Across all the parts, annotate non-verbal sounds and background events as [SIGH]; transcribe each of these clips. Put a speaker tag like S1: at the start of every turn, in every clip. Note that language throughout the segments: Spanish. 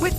S1: With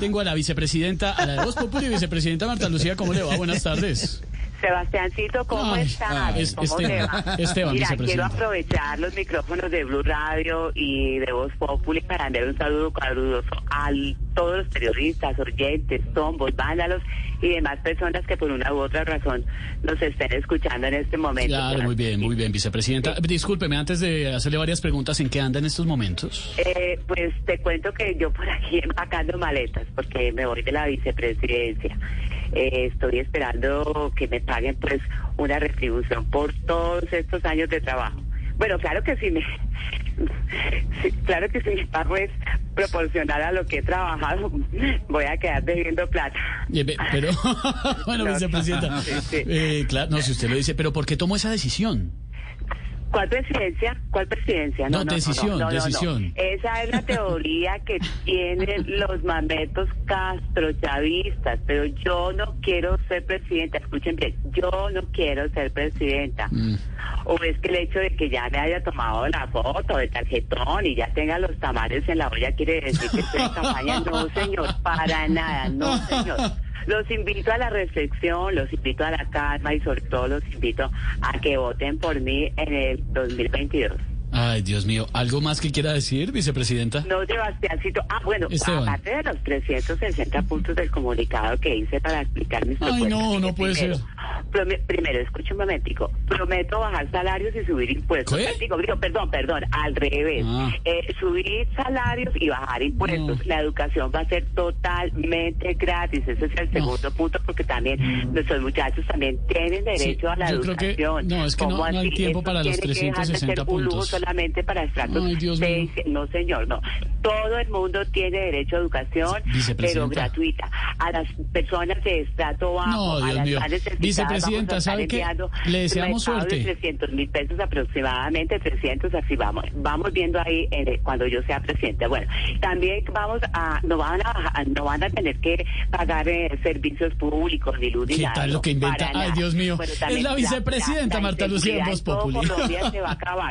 S2: Tengo a la vicepresidenta, a la de Voz Populi, vicepresidenta Marta Lucía, ¿cómo le va? Buenas tardes.
S3: Sebastiancito, ¿cómo
S2: Ay,
S3: estás?
S2: ay, es-
S3: ¿Cómo
S2: Esteban,
S3: te va?
S2: Esteban,
S3: Mira, quiero
S2: vicepresidente.
S3: aprovechar los micrófonos de Blue Radio y de Voz Populi para enviar un saludo caluroso a todos los periodistas, oyentes, tombos, vándalos y demás personas que por una u otra razón nos estén escuchando en este momento.
S2: Claro, muy bien, muy bien, vicepresidenta. Discúlpeme, antes de hacerle varias preguntas, ¿en qué anda en estos momentos?
S3: Eh, pues te cuento que yo por aquí [LAUGHS] empacando maletas porque me voy de la vicepresidencia. Eh, estoy esperando que me paguen pues una retribución por todos estos años de trabajo. Bueno, claro que si me, [LAUGHS] sí, claro que si mi pago es proporcional a lo que he trabajado, [LAUGHS] voy a quedar debiendo plata.
S2: Eh, ve- Pero, [LAUGHS] bueno,
S3: No,
S2: vicepresidenta,
S3: sí, sí.
S2: eh, claro, no, si usted lo dice, pero ¿por qué tomó esa decisión?
S3: ¿Cuál presidencia? ¿Cuál presidencia?
S2: No, decisión, decisión.
S3: Esa es la teoría
S2: [LAUGHS]
S3: que tienen los mametos castrochavistas, pero yo no quiero ser presidenta. Escuchen bien, yo no quiero ser presidenta.
S2: Mm.
S3: O es que el hecho de que ya me haya tomado la foto del tarjetón y ya tenga los tamales en la olla quiere decir que estoy en campaña. No, señor, para nada, no, señor. Los invito a la reflexión, los invito a la calma y sobre todo los invito a que voten por mí en el 2022.
S2: Ay, Dios mío, ¿algo más que quiera decir, vicepresidenta?
S3: No, Sebastiancito. Ah, bueno,
S2: Esteban.
S3: aparte de los 360 puntos del comunicado que hice para explicar mis
S2: Ay,
S3: propuestas.
S2: no, no puede
S3: primero,
S2: ser.
S3: prome- primero, escucha un momentico. Prometo bajar salarios y subir impuestos.
S2: ¿Qué?
S3: Digo, digo, perdón, perdón, al revés.
S2: Ah.
S3: Eh, subir salarios y bajar impuestos.
S2: No.
S3: La educación va a ser totalmente gratis. Ese es el segundo punto porque también nuestros muchachos también tienen derecho a la
S2: Mm. yo creo que-
S3: educación.
S2: no, es que no-
S3: ¿Cómo
S2: no hay
S3: así?
S2: tiempo
S3: Esto
S2: para los
S3: tiene que dejar de ser
S2: 360
S3: un lujo
S2: puntos.
S3: solamente para estratos
S2: Ay, Dios
S3: seis,
S2: mío.
S3: no, señor, no. Todo el mundo tiene derecho a educación,
S2: Vicepresidenta.
S3: pero gratuita. A las personas de estrato bajo,
S2: No,
S3: a
S2: Dios
S3: las
S2: mío.
S3: más necesitadas,
S2: Vicepresidenta,
S3: vamos a estar
S2: ¿sabe qué?
S3: enviando
S2: Le deseamos
S3: mercado
S2: suerte.
S3: De 300 mil pesos aproximadamente, 300, así vamos. Vamos viendo ahí en el- cuando yo sea presidente. Bueno, también vamos a, no van a, bajar- no van a tener que pagar eh, servicios públicos ni luz ni
S2: ¿Qué
S3: nada,
S2: tal
S3: no,
S2: lo que inventa?
S3: para
S2: Ay,
S3: nada.
S2: Dios mío.
S3: Bueno,
S2: Es
S3: también
S2: la vicepresidenta Marta Lucía en
S3: inseguridad
S2: Voz
S3: en todo
S2: Populi. [LAUGHS]
S3: Colombia se va a acabar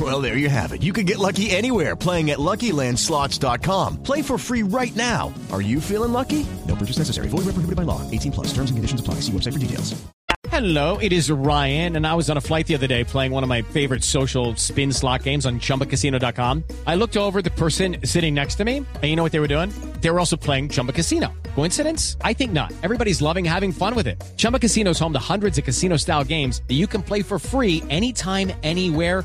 S4: Well, there you have it. You can get lucky anywhere playing at LuckyLandSlots.com. Play for free right now. Are you feeling lucky? No purchase necessary. Void where prohibited by law. 18 plus. Terms and conditions apply. See website for details.
S5: Hello, it is Ryan, and I was on a flight the other day playing one of my favorite social spin slot games on chumbacasino.com. I looked over at the person sitting next to me, and you know what they were doing? They were also playing Chumba Casino. Coincidence? I think not. Everybody's loving having fun with it. Chumba Casino is home to hundreds of casino style games that you can play for free anytime, anywhere,